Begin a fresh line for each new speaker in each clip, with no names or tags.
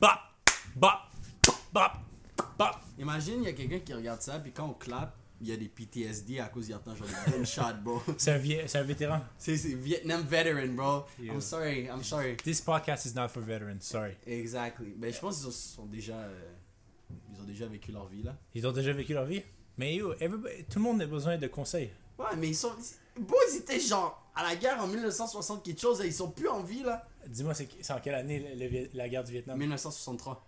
bap, bap, bap, bap.
Imagine, il y a quelqu'un qui regarde ça, puis quand on clap, il y a des PTSD à cause d'entendre genre des gunshots, bro.
C'est un, vie- c'est un vétéran.
C'est c'est Vietnam veteran, bro.
Yeah.
I'm sorry, I'm sorry.
This podcast is not for veterans, sorry.
Exactly. Mais je pense qu'ils ont- sont déjà. euh, ils ont déjà vécu leur vie, là.
Ils ont déjà vécu leur vie. Mais yo, everybody- tout le monde a besoin de conseils.
Ouais, mais ils sont. Bro, ils étaient genre à la guerre en 1960 quelque chose, et ils sont plus en vie, là.
Dis-moi, c'est c'est en quelle année le- le Viet- la guerre du Vietnam
1963.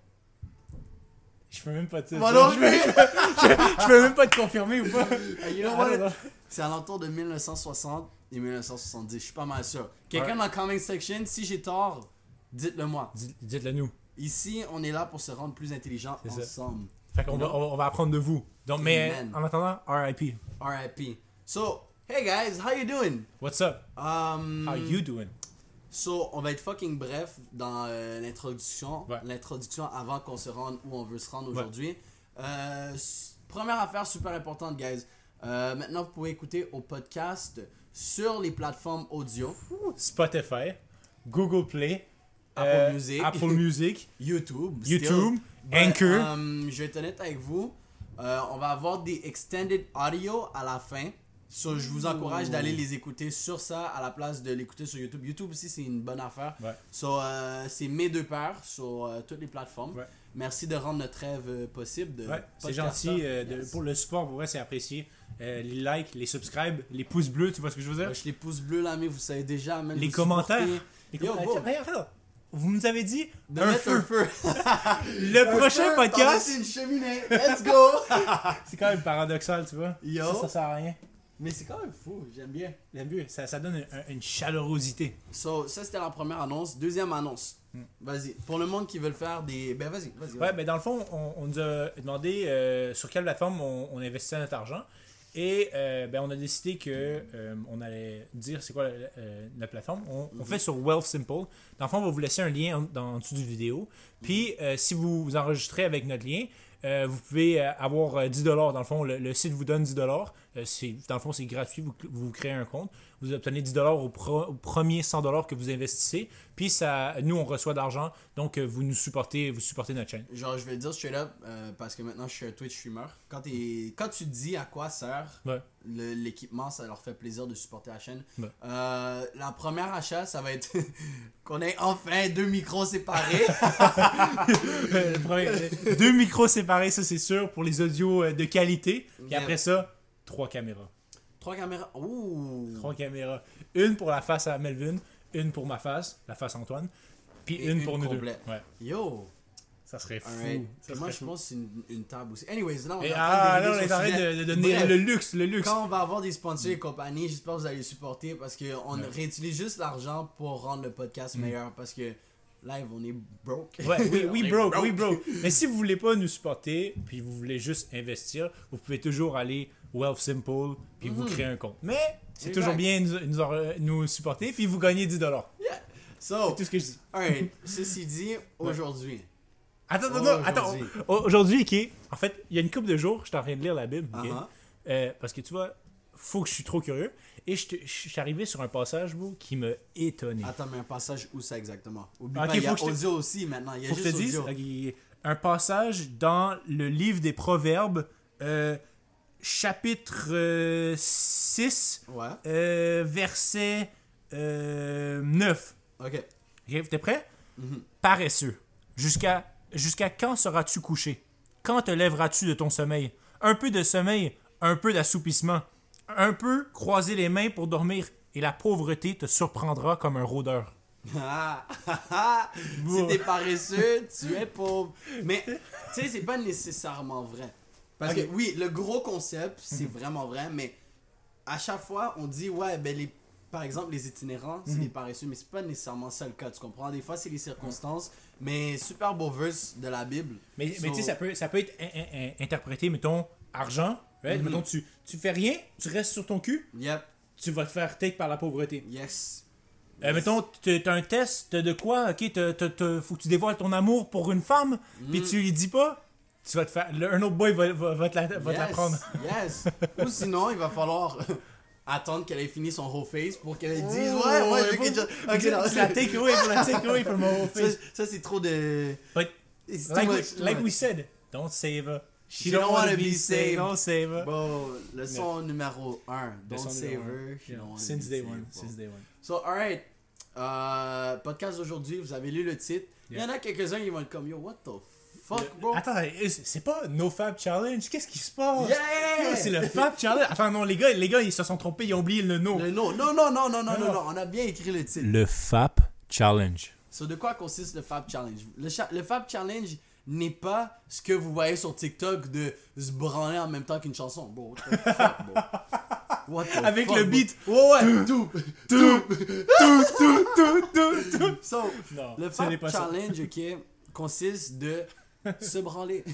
Je peux même pas te.
Moi non
je, peux,
plus.
je peux même pas te confirmer ou pas.
You
I
know
don't
what?
know.
C'est à l'entour de 1960 et 1970, je suis pas mal sûr. Quelqu'un
Ouais.
dans la comment section, si j'ai tort, dites-le moi.
Dis- Dites-le nous.
Ici, on est là pour se rendre plus intelligent
C'est ça.
ensemble.
Fait qu'on va,
Non.
on va apprendre de vous. Donc, mais
Amen.
en attendant, RIP.
RIP. So, hey guys, how you doing?
What's up?
Um,
How you doing?
So, on va être fucking bref dans euh, l'introduction.
Ouais.
L'introduction avant qu'on se rende où on veut se rendre aujourd'hui. Euh, s- première affaire super importante, guys. Euh, maintenant, vous pouvez écouter au podcast sur les plateformes audio,
Spotify, Google Play, euh,
Apple Music.
Apple Music,
YouTube, still.
YouTube,
But,
Anchor.
euh, je vais être honnête avec vous. Euh, on va avoir des extended audio à la fin. So, je vous encourage d'aller les écouter sur ça à la place de l'écouter sur YouTube. YouTube aussi, c'est une bonne affaire.
Ouais.
So, euh, c'est mes deux pairs sur euh, toutes les plateformes.
Ouais.
Merci de rendre notre rêve euh, possible. de
Ouais, c'est
podcaster.
gentil. euh, de-
Yes.
Pour le support, pour vrai, c'est apprécié. Euh, les likes, les subscribes, les pouces bleus, tu vois ce que je veux dire?
Euh, je les pouces bleus là, mais vous savez déjà. Même
Les
vous
commentaires.
supportez.
Les
Yo,
commentaires.
bro.
Tiens, regarde, regarde. Vous nous avez dit
De
un
mettre
feu.
un feu.
Le
Un
prochain
feu, t'en
podcast,
laisses une cheminée. Let's go.
c'est quand même paradoxal, tu vois.
Yo.
Ça, ça sert à rien.
mais c'est quand même fou. J'aime bien.
Le but, ça, ça donne un- un- une chaleurosité.
So, ça c'était la première annonce. Deuxième annonce. Vas-y. Pour le monde qui veut le faire des. Ben vas-y, vas-y.
Hmm. Ouais, ben dans le fond, on, on nous a demandé euh, sur quelle plateforme on, on investissait notre argent. Et euh, ben, on a décidé que euh, on allait dire c'est quoi la- la- euh, notre plateforme. On, on fait sur Wealth Simple. Dans le fond, on va vous laisser un lien en, dans, en dessous du vidéo. Puis, euh, si vous vous enregistrez avec notre lien, euh, vous pouvez euh, avoir euh, 10 dollars. Dans le fond, le, le site vous donne 10 dollars. dans le fond, c'est gratuit. Vous, cl- vous créez un compte. Vous obtenez 10 dollars au, pro- au premier 100 dollars que vous investissez. Puis, ça, nous, on reçoit d'argent. Donc, euh, vous nous supportez, vous supportez notre chaîne.
Genre, je vais le dire straight up euh, parce que maintenant je suis un Twitch streamer. Quand, t'es- Quand tu dis à quoi sert
Ouais.
le- l'équipement, ça leur fait plaisir de supporter la chaîne.
Ouais.
Euh, la première achat, ça va être qu'on ait enfin deux micros séparés.
Le premier, euh, deux micros séparés, ça c'est sûr, pour les audios euh, de qualité. Puis
Yeah.
après ça, trois caméras.
Trois caméras. Ouh.
Trois caméras. Une pour la face à Melvin, une pour ma face, la face à Antoine, puis
Et
une,
une
pour nous
complète.
deux. Ouais,
Yo.
ça serait fou.
Alright.
Ça
Puis
serait
Moi, je
fou.
pense que c'est une, une table aussi. Anyways, là, on
Et
est en train
ah,
de
là, on
dériver
est
sur
en train
le
de,
sujet.
de donner
Bref.
le luxe, le luxe.
Quand on va avoir des sponsors et compagnie, j'espère que vous allez les supporter parce qu'on
Ouais. Mm.
réutilise juste l'argent pour rendre le podcast meilleur parce que live, on est broke.
Ouais, oui,
On
oui,
est
bro, oui, bro. Mais si vous voulez pas nous supporter, puis vous voulez juste investir, vous pouvez toujours aller Wealth Simple, puis vous créer un compte. Mais c'est
Mm. Exact.
toujours bien de nous, nous en- nous supporter, puis vous gagnez 10$.
So,
C'est tout ce que je dis.
alright, ceci dit, aujourd'hui.
Attends, attends, non, attends.
Aujourd'hui.
Au- Aujourd'hui, ok. En fait, il y a une couple de jours, je suis en train de lire la Bible. ok?
Uh-huh.
Euh, parce que tu vois, faut que je suis trop curieux. Et je te- je suis arrivé sur un passage, bro, qui m'a étonné.
Attends, mais un passage où ça exactement Oublie
Ok,
pas, il y a
faut que je te-
audio aussi maintenant. Il y a
faut que je te
juste
dise,
audio.
ok, un passage dans le livre des Proverbes, euh, chapitre euh, 6,
Ouais,
euh, verset euh, 9.
ok.
Ok, t'es prêt? Paresseux. Jusqu'à jusqu'à quand seras-tu couché? Quand te lèveras-tu de ton sommeil? Un peu de sommeil, un peu d'assoupissement. Un peu croiser les mains pour dormir et la pauvreté te surprendra comme un rôdeur.
Ah, ah, ah. si
Bon.
t'es paresseux, tu es pauvre. Mais tu sais, c'est pas nécessairement vrai. Parce
Ok. Mhm.
que oui, le gros concept, c'est vraiment vrai, mais à chaque fois, on dit, ouais, ben les, par exemple, les itinérants, c'est
Mhm.
des paresseux, mais c'est pas nécessairement ça le cas, tu comprends? Des fois, c'est les circonstances, mais super beau verse de la Bible.
Mais, mais tu
So-
sais, ça peut, ça peut être in- in- in- interprété, mettons, argent. right?
Mhm.
Mettons, tu, tu fais rien, tu restes sur ton cul,
Yep,
tu vas te faire take par la pauvreté.
yes.
Euh, mettons, t'as t'as un test t'as de quoi, ok, t'as- t'as- t'as- faut que tu dévoiles ton amour pour une femme,
Mm.
puis tu lui dis pas, tu vas te faire, le- un autre boy va, va- va te la, va te la
Yes,
prendre.
Yes. Ou sinon, il va falloir attendre qu'elle ait fini son whole face pour qu'elle dise
Oh,
ouais, ouais, j'ai
faut-
quelque chose.
faut-
Ok, non.
faut la take away, faut la take away from mon
Ça,
face.
ça, c'est trop de.
But
It's too
Like, we-
much, too
like we
much.
said, don't save her. She,
She
don't,
don't
want
wanna
to
be
be saved.
saved.
Don't save her.
Bro, leçon numéro 1. Don't
Leçon
save
numéro
her. she
Yeah.
don't wanna
Since
be
day
saved,
one.
bro.
Since day one.
So, alright. Euh, podcast d'aujourd'hui, vous avez lu le titre. Il y en
Yeah.
a quelques-uns qui vont être comme Yo, what the fuck, bro?
Attends, euh, c'est c'est pas No Fab Challenge. Qu'est-ce qui se passe? Yo,
Yeah!
C'est le Fab Challenge. Attends, non, les gars, les gars, ils se sont trompés. Ils ont oublié le no.
Le no. Non, non, non, non, non, non,
Non.
non, on a bien écrit le titre.
Le FAP Challenge.
So, de quoi consiste le Fab Challenge Le, cha- le Fab Challenge n'est pas ce que vous voyez sur TikTok de se branler en même temps qu'une chanson. Bro, what the fuck, bro? What the
Avec
fuck,
le
bro?
beat.
Ouais, ouais, tout, tout,
Tout, tout, tout, tout, tout.
So,
Non,
le
ce
Fab
n'est pas ça.
Challenge, ok, consiste de se branler.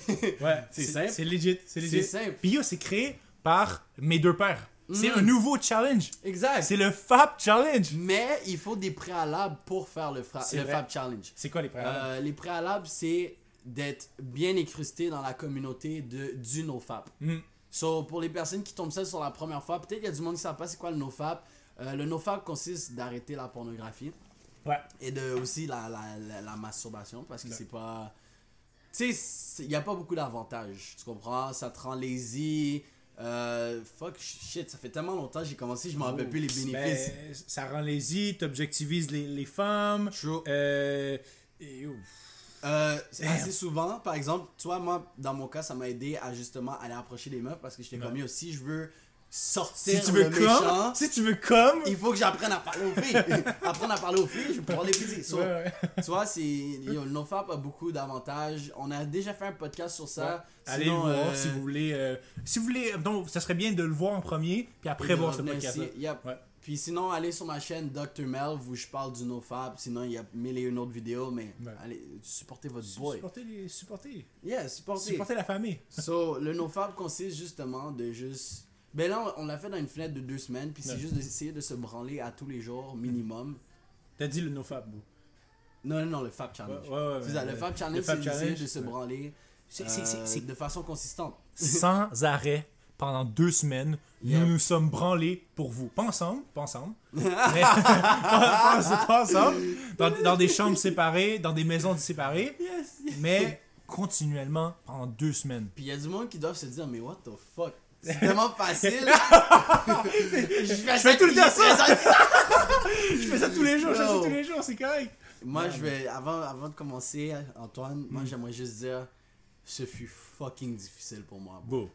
Ouais,
C'est simple.
C'est legit. C'est legit.
C'est simple.
Puis yo, c'est créé par mes deux pères. C'est
Mm.
un nouveau challenge.
exact.
C'est le Fab Challenge.
Mais il faut des préalables pour faire le, fra-
C'est
le
vrai.
Fab Challenge.
C'est quoi les préalables?
Euh, les préalables, c'est d'être bien incrusté dans la communauté de, du NoFap.
Mm.
So, pour les personnes qui tombent seules sur la première fois, peut-être qu'il y a du monde qui ne savent pas c'est quoi le NoFap. Euh, le NoFap consiste d'arrêter la pornographie
Ouais.
et de aussi la, la, la- la masturbation parce que
Ouais.
c'est pas. Tu sais, il n'y a pas beaucoup d'avantages. Tu comprends? Ça te rend lazy. Euh, fuck shit, ça fait tellement longtemps que j'ai commencé, je m'en rappelle plus les bénéfices.
Oh, Ben, ça rend lazy, t'objectivises les, les femmes.
True.
Euh, et ouf.
Euh, c'est
Damn.
assez souvent, par exemple, toi, moi, dans mon cas, ça m'a aidé à justement aller approcher les meufs parce que j'étais comme mieux. Si je veux sortir
si tu veux
le
comme,
méchant,
si tu veux comme,
il faut que j'apprenne à parler aux filles. Apprendre à parler aux filles, je vais pouvoir les baiser. So,
Ouais, ouais.
Tu vois, c'est, yo, le NoFap a beaucoup d'avantages. On a déjà fait un podcast sur ça.
allez le
Sinon,
voir
euh,
si vous voulez. euh, si vous voulez, donc ça serait bien de le voir en premier, puis après
et de
voir ce
revenir
podcast.
ici. Yep.
Ouais.
Puis sinon, allez sur ma chaîne Dr. Melv où je parle du NoFap. Sinon, il y a mille et une autres vidéos, mais
Ouais.
allez, supportez votre boy.
Supportez, les- supportez,
Yeah, supportez.
supportez la famille.
So, le nofab consiste justement de juste. Ben là, on on l'a fait dans une fenêtre de deux semaines, puis c'est
Ouais.
juste d'essayer de se branler à tous les jours, minimum.
T'as dit le nofab. bro.
Non, non, non, le Fab Challenge.
Ouais, ouais, ouais,
c'est ça, le
ouais.
Fab Challenge,
Le
c'est
Fab
d'essayer
Challenge,
de se
ouais.
branler
C'est- c'est- c'est-
euh,
c'est-
de façon consistante.
Sans arrêt pendant deux semaines,
Yep.
nous nous sommes branlés pour vous. Pas ensemble, pas ensemble. mais- pas, pas- pas ensemble. Dans, dans des chambres séparées, dans des maisons séparées.
Yes,
mais continuellement pendant deux semaines.
Puis il y a du monde qui doivent se dire, mais what the fuck? C'est tellement facile! je fais
tout le temps
ça!
Je fais ça tous les
jours, je fais ça tous les
jours, c'est correct.
moi, je vais, avant, avant de commencer, Antoine, moi, j'aimerais juste dire, ce fut fucking difficile pour moi.
Beau.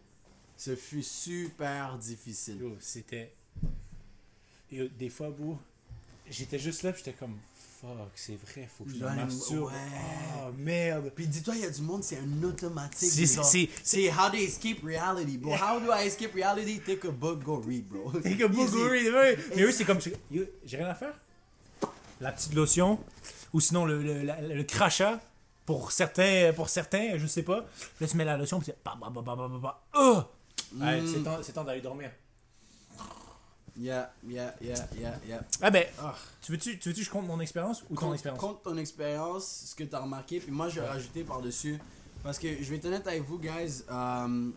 Ce fut super difficile.
Yo, c'était. Yo, Des fois, beau, j'étais juste là, puis j'étais comme fuck, c'est vrai, faut que je me
Ouais,
masturbe.
ouais.
Oh merde.
Puis dis-toi, il y a du monde, c'est un automatique.
C'est-
genre.
c'est-
c'est how they escape reality, bro. How do I escape reality? Take a book, go read, bro.
Et que beau,
Easy.
oui, oui. Mais eux, c'est comme. Yo, j'ai rien à faire. La petite lotion, ou sinon le, le, la- le crachat. Pour certains, pour certains, je sais pas. Là, tu mets la lotion, puis c'est. Bah, bah, bah, bah, bah, bah, bah. Oh!
Mm.
Ouais, c'est temps, c'est temps d'aller dormir.
Yeah, yeah, yeah, yeah, yeah.
Ah ben,
Ah.
tu veux-tu tu veux que je compte mon expérience ou ton
Compte,
expérience
compte ton expérience, ce que t'as remarqué, puis moi je vais rajouter par-dessus. Parce que je vais être honnête avec vous, guys, euh,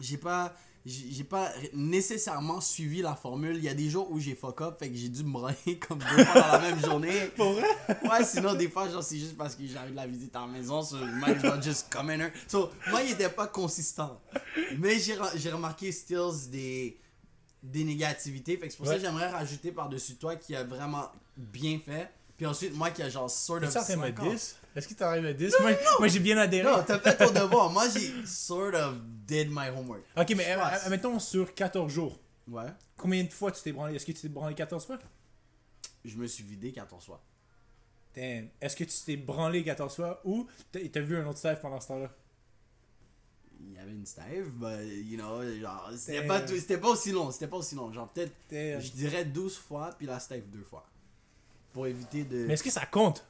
j'ai pas. J'ai j'ai pas nécessairement suivi la formule. Il y a des jours où j'ai fuck up, fait que j'ai dû me brailler comme deux fois dans la même journée. Pour vrai? Ouais, sinon des fois, genre, c'est juste parce que j'avais de la visite à la maison, so might as well just come in here. So, moi, il était pas consistant. Mais j'ai re- j'ai remarqué Stills des des négativités. Fait que c'est pour ça
Ouais.
que j'aimerais rajouter par-dessus toi qui a vraiment bien fait. Puis ensuite, moi qui a genre sort of.
Est-ce que t'arrives à
50.
10 Est-ce que t'arrives à 10 Moi, moi, j'ai bien adhéré.
Non, t'as fait ton devoir. Moi, j'ai sort of did my homework.
ok, mais
Je pense.
euh, mettons sur 14 jours,
Ouais.
combien de fois tu t'es branlé Est-ce que tu t'es branlé 14 fois
Je me suis vidé 14 fois.
Damn. Est-ce que tu t'es branlé 14 fois ou t'as t'as vu un autre staff pendant ce temps-là
Il y avait une stave, but, you know, genre, c'était
Damn.
pas, tout- c'était pas aussi long, c'était pas aussi long. Genre, peut-être,
Damn.
je dirais 12 fois, puis la stave deux fois. Pour éviter de.
Mais est-ce que ça compte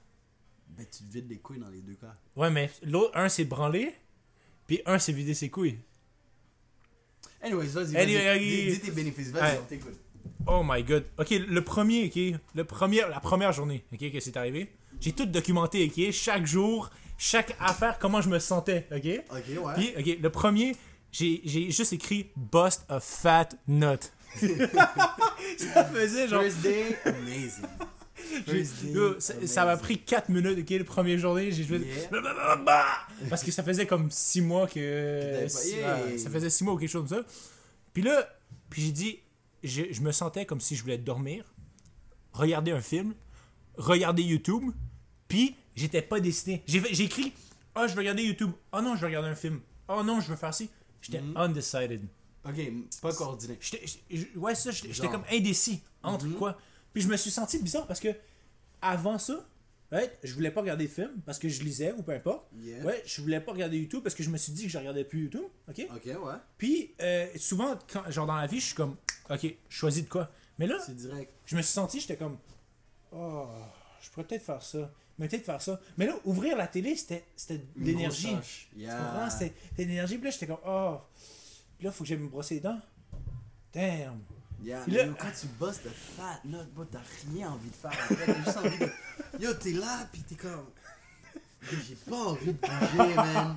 Ben, tu te vides les couilles dans les deux cas.
Ouais, mais l'autre, un s'est branlé, puis un s'est vidé ses couilles.
Anyways, vas-y, vas-y.
Anyway,
Dis,
ok.
dis tes bénéfices, vas-y,
Ouais.
on t'écoute.
Oh my god. Ok, le premier, ok. Le premier, la première journée, ok, que c'est arrivé. J'ai tout documenté, ok. Chaque jour, chaque affaire, comment je me sentais, ok.
Ok, ouais.
Puis, ok, le premier, j'ai j'ai juste écrit Bust a fat nut. ça faisait genre.
First day, amazing.
J'ai-
First day,
Yo, ça- ça m'a pris 4 minutes, ok, le premier journée, j'ai joué. Bah,
Yeah.
Parce que ça faisait comme 6 mois
t'avais
que.
pas-
six-
Yeah.
ouais, Ça faisait 6 mois ou quelque chose comme ça. Puis là, puis j'ai dit, je, je me sentais comme si je voulais dormir, regarder un film, regarder YouTube, puis j'étais pas décidé. J'ai fait- j'ai écrit, ah, je vais regarder YouTube, oh non, je vais regarder un film, oh non, je veux faire ci. J'étais
Mm-hmm.
undecided.
Ok, pas coordonné.
J'étais- j'étais- ouais, c'est ça, j'étais j'étais
Genre.
comme indécis entre
Mhm.
quoi. Puis je me suis senti bizarre parce que avant ça, ouais, je voulais pas regarder de film parce que je lisais ou peu importe.
Yeah.
Ouais, je voulais pas regarder YouTube parce que je me suis dit que je regardais plus YouTube, OK
Ok, ouais.
Puis euh, souvent quand genre dans la vie, je suis comme OK, je choisis de quoi. Mais là,
C'est direct.
je me suis senti, j'étais comme oh, je pourrais peut-être faire ça, mais peut-être faire ça. Mais là, ouvrir la télé, c'était c'était de
Une
l'énergie.
grosse tâche. Ah.
Tu comprends?
Yeah.
C'était c'était de l'énergie. Puis là, j'étais comme, oh, puis là, faut que j'aille me brosser les dents. Damn.
Yeah,
Puis
mais
là-
yo, quand tu bosses de fat, là, bro, t'as rien envie de faire après. T'as juste envie de. Yo, t'es là, pis t'es comme. Yo, J'ai pas envie de bouger, man.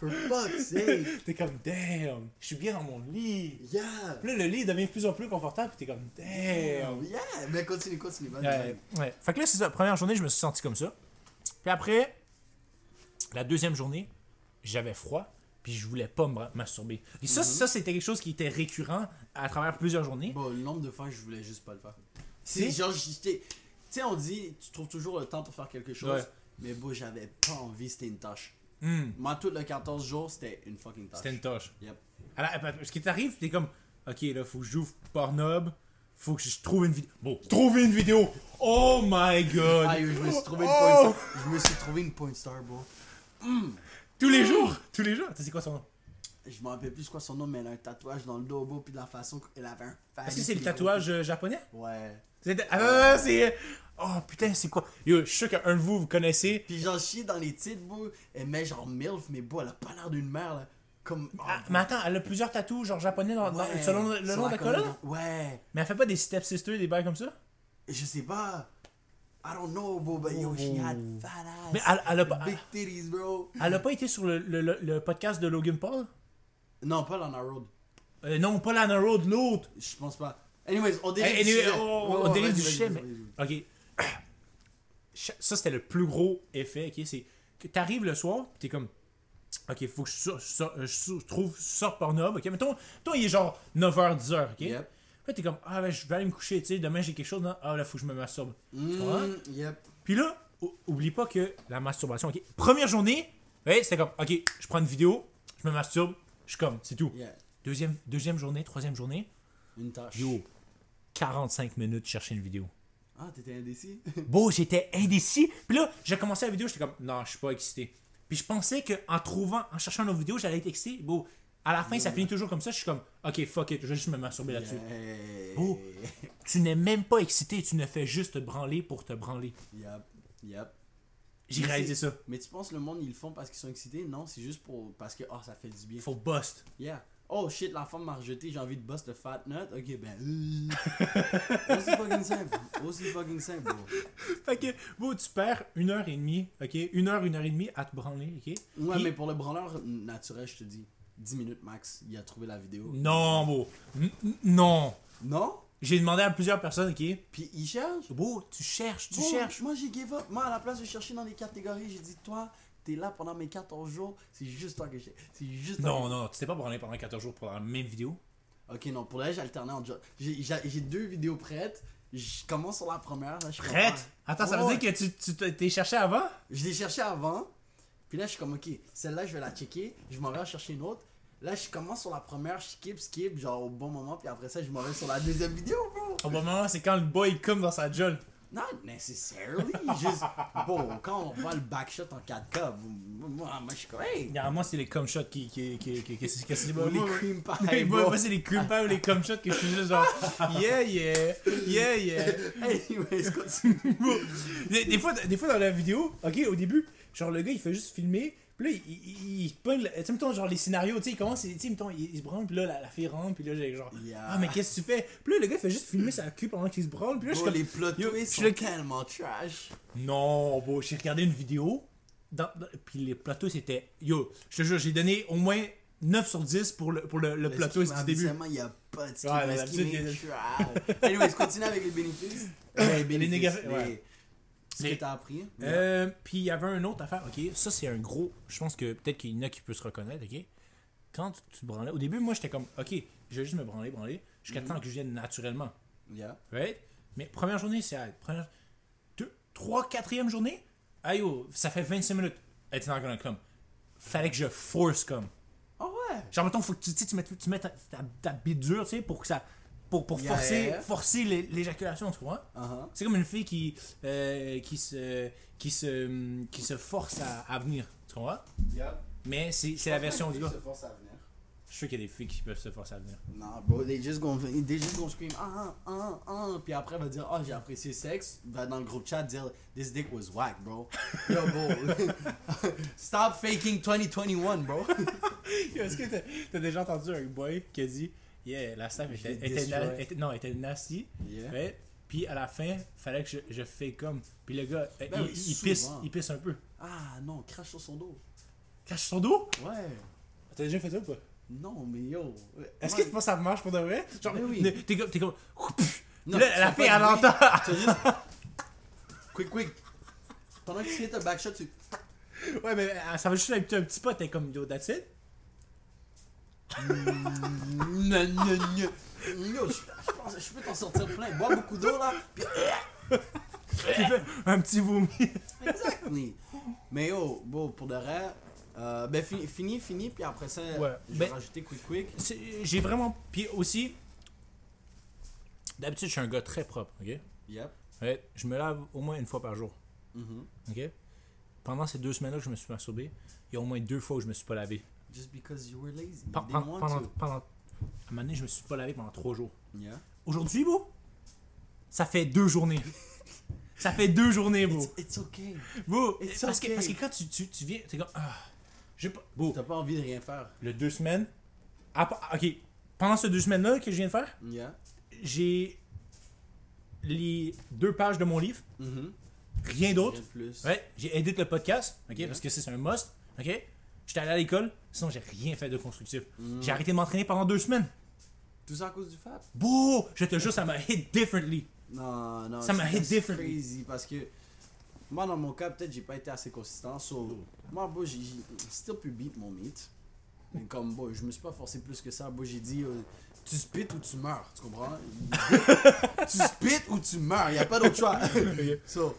For fuck's sake.
T'es comme, damn, je suis bien dans mon lit.
Yeah.
Puis là, le lit devient de plus en plus confortable. Puis t'es comme, damn.
Yeah, mais continue, continue. vas-y,
Ouais,
vas-y.
ouais. Fait que là, c'est ça. Première journée, je me suis senti comme ça. Puis après, la deuxième journée, j'avais froid. Puis je voulais pas me ra- masturber. Et ça, ça c'était quelque chose qui était récurrent à travers plusieurs journées.
Bon, le nombre de fois, je voulais juste pas le faire.
Si.
C'est genre, j'étais. Tu sais, on dit, tu trouves toujours le temps pour faire quelque chose.
Ouais.
Mais bon, j'avais pas envie, c'était une tâche.
Hmm.
Moi, tout le 14 jours, c'était une fucking tâche.
C'était une tâche.
Yep.
À la- parce que t'arrives, t'es comme, ok, là, faut que j'ouvre Pornhub, faut que je trouve une vidéo. Bon, trouver une vidéo! Oh my god!
Ah, yo, je me suis trouvé une
Oh!
point star. Je me suis trouvé une point star, bro.
Tous les jours! Tous les jours! Attends, C'est quoi son nom?
Je me rappelle plus quoi son nom, mais elle a un tatouage dans le dos, bro, puis de la façon qu'elle avait un fan.
Est-ce que c'est le tatouage euh, japonais?
Ouais.
C'est- Ah, non, non, non, c'est. Oh putain, c'est quoi? Yo, je suis sûr qu'un de vous, vous connaissez.
Puis j'en chie dans les titres, bro. Elle met genre MILF, mais bro, elle a pas l'air d'une mère, là. Comme.
Ah, mais attends, elle a plusieurs tatous, genre japonais, dans, dans-
Ouais,
selon le, le
sur
nom de la colonne?
Ouais.
Mais elle fait pas des step sisters, des bails comme ça?
Je sais pas. I don't know, bro, but yo, she had fat ass.
Oh. Mais elle, elle a pas.
Big titties, bro.
Elle a pas été sur le, le- le- le podcast de Logan Paul?
Non, pas Lana Road.
Euh, non, pas Lana Road, l'autre!
Je pense pas. Anyways, on dérive
Hey, anyway,
du sujet.
on-
Ouais,
on
ouais,
dérive
oh,
du
vas-y, vas-y,
sujet,
vas-y,
mais-
vas-y.
Ok. Cha- Ça, c'était le plus gros effet, ok? C'est que t'arrives le soir, pis t'es comme. Ok, faut que je, sor- sor- euh, je sor- trouve sur Pornhub, ok? Mettons, toi, il est genre 9h, 10h, ok?
Yep.
Là, t'es comme, ah, ben, je vais aller me coucher, tu sais, demain j'ai quelque chose, non? Ah, là, faut que je me masturbe. Tu comprends?
Mm, yep.
Puis là, ou- oublie pas que la masturbation, ok? Première journée, ouais, c'était comme, ok, je prends une vidéo, je me masturbe, je suis comme, c'est tout.
Yeah.
Deuxième, deuxième journée, troisième journée,
Une tâche.
yo, 45 minutes chercher une vidéo.
Ah, t'étais indécis?
Beau, j'étais indécis. Puis là, j'ai commencé la vidéo, j'étais comme, non, je suis pas excité. Puis je pensais que en trouvant, en cherchant nos vidéos, j'allais être excité. Beau, à la fin, ça finit toujours comme ça. Je suis comme, ok, fuck it, je vais juste me masturber là-dessus.
Hey.
Beau, tu n'es même pas excité, tu ne fais juste te branler pour te branler.
Yep. Yep.
J'ai
Mais
réalisé
c'est-
ça.
Mais tu penses le monde, ils le font parce qu'ils sont excités? Non, c'est juste pour parce que, oh, ça fait du bien.
Il faut bust.
Yeah. Oh shit, la femme m'a rejeté, j'ai envie de boss le fat nut. Ok, ben. euh. Aussi fucking simple. Aussi fucking simple, bro.
Fait que, beau, tu perds une heure et demie, ok? Une heure, une heure et demie à te branler, ok?
Ouais,
Puis-
mais pour le branleur naturel, je te dis, 10 minutes max, il a trouvé la vidéo.
Non, beau. N- n- non.
Non?
J'ai demandé à plusieurs personnes, ok?
Puis il cherche?
Beau, tu cherches, tu
Bon,
cherches.
Moi, j'ai give up. Moi, à la place de chercher dans les catégories, j'ai dit, toi, t'es là pendant mes 14 jours, c'est juste toi que j'ai. C'est juste toi
Non, non, tu t'es pas branlé pendant 14 jours pour la même vidéo.
Ok, non, pour l'âge, j'alternais en job. J'ai j'ai- j'ai deux vidéos prêtes. Je commence sur la première. Là, je suis comme,
Prête?
ah.
Attends, ça
Ouais,
veut dire que tu, tu t'es- t'es cherché avant?
Je l'ai cherchée avant. Puis là, je suis comme, ok, celle-là, je vais la checker. Je m'en vais en chercher une autre. Là, je commence sur la première, je skip, skip, genre au bon moment. Puis après ça, je m'en vais sur la deuxième vidéo, bro.
Au bon moment, c'est quand le boy come dans sa jolle.
Not necessarily. Juste, bon, quand on voit le backshot en 4K, vous- moi, moi, je suis comme, hey.
Généralement, c'est les cum shots qui. qui, qui, qui, qui, qui, qui- qui-
Moi,
les-
les cream
Hey,
pie,
moi,
bro.
moi, c'est les cum pas ou les cum shots que je suis juste genre. Yeah, yeah. Yeah, yeah.
Anyways, continue.
des, des fois, des fois dans la vidéo, ok, au début, genre le gars il fait juste filmer, puis là il, il, il pogne, tu sais, mettons, genre les scénarios, tu sais, il commence, tu sais, mettons, il, il se branle, puis là la, la fille rentre, puis là j'ai genre,
Yeah.
ah, mais qu'est-ce que tu fais? Puis là le gars il fait juste filmer sa cul pendant qu'il se branle, puis là je suis
Bro,
comme,
les plot
Yo,
twists
je
sont
le-
tellement trash.
non, bon, j'ai regardé une vidéo, dans, dans- puis les plateaux c'était, yo, je te jure, j'ai donné au moins 9 sur 10 pour le, pour le, le plot twist du début.
il n'y a pas de
Ouais,
ouais,
d'habitude, il y a des-
Anyways, continue avec les bénéfices. Ouais, les bénéfices.
négatifs,
les-
ouais.
Ce
Les-
que t'as appris.
Euh, Puis il y avait une autre affaire, ok, ça c'est un gros, je pense que peut-être qu'il y en a qui peut se reconnaître, ok. Quand tu, tu te branlais, au début moi j'étais comme, ok, je vais juste me branler, branler, jusqu'à
Mm-hmm.
temps que je vienne naturellement,
Yeah.
right? Mais première journée c'est, hey, première, deux, trois, quatrième journée, aïe yo, ça fait 25 minutes, it's not gonna come. Fallait que je force comme.
Oh ouais.
Genre mettons, faut que tu, tu sais, tu mets, tu mets ta, ta, ta bite dure, tu sais, pour que ça, pour, pour
Yeah.
forcer, forcer l'é- l'éjaculation, tu vois?
Uh-huh.
C'est comme une fille qui, euh, qui, se, qui, se, qui se force à, à venir. Tu comprends?
Yeah.
Mais c'est c'est la version du
Je
gars.
se force à venir.
Je sais qu'il y a des filles qui peuvent se forcer à venir.
Non, bro, they just gonna, they just gonna scream ah ah ah, puis après va dire oh j'ai apprécié le sexe, va dans le groupe chat dire this dick was whack, bro. Yo, bro, stop faking 2021, bro.
Est-ce que t'as as déjà entendu un boy qui a dit Yeah, la staff
Je l'ai destroy.
non, était nasty.
Yeah.
Ouais. Puis à la fin, fallait que je, je fais comme. Puis le gars, euh,
Ben
il,
oui,
il pisse,
souvent.
il pisse un peu.
Ah non, crache sur son dos.
Cache son dos
Ouais.
T'as déjà fait ça ou pas
Non mais yo.
Est-ce
Moi,
que tu penses que ça marche pour de vrai Genre,
Ben oui.
ne- t'es comme. T'es comme
Non,
Là,
tu
la
fais
fille,
pas
elle
de bruit.
entend.
Tu fais juste quick quick. Pendant que tu hit un backshot, tu
Ouais, mais euh, ça va juste être un petit pot, t'es comme Yo, that's it.
Gna, gna, gna. Yo, je je pense je peux t'en sortir plein. Bois beaucoup d'eau là. puis-
Tu fais un petit vomi.
Exactly. Mais yo, bon, pour de vrai, euh, ben fi- fini, fini, puis après ça,
Ouais,
je vais
ben-
rajouter quick quick.
C'est- J'ai vraiment. Puis aussi, d'habitude, je suis un gars très propre, ok?
Yep.
Ouais, je me lave au moins une fois par jour,
Mhm.
ok? Pendant ces deux semaines-là que je me suis masturbé, il y a au moins deux fois où je me suis pas lavé.
Just because you were lazy.
Pen-
you
pen-
didn't want
pendant,
to.
pendant- À un moment donné, je me suis pas lavé pendant trois jours.
Yeah.
Aujourd'hui, beau, ça fait deux journées. ça fait deux journées, beau.
It's, it's okay.
Beau,
it's
parce, que,
okay.
parce que quand tu, tu, tu viens, t'es comme. Ah, j'ai pas. Beau,
T'as pas envie de rien faire.
le deux semaines. à part- ok, pendant ces deux semaines-là que je viens de faire,
Yeah.
j'ai les deux pages de mon livre,
Mhm.
rien
Rien Mhm.
d'autre.
de plus.
Ouais, j'ai edit le podcast, ok,
Yeah.
parce que c'est un must, ok. J'étais allé à l'école, sinon j'ai rien fait de constructif.
Mhm.
J'ai arrêté de m'entraîner pendant deux semaines.
Tout ça à cause du fat.
Bouh, je te jure, ça m'a hit differently.
Non, non.
Ça m'a
c'est-
hit
c'est
differently.
crazy parce que moi, dans mon cas, peut-être j'ai pas été assez consistant. So, moi, bro, j'ai j'ai still pu beat mon meat. Mais comme, bon, je me suis pas forcé plus que ça. Bro, j'ai dit, euh, tu spits ou tu meurs. Tu comprends? tu spits ou tu meurs. Il a pas d'autre choix. so,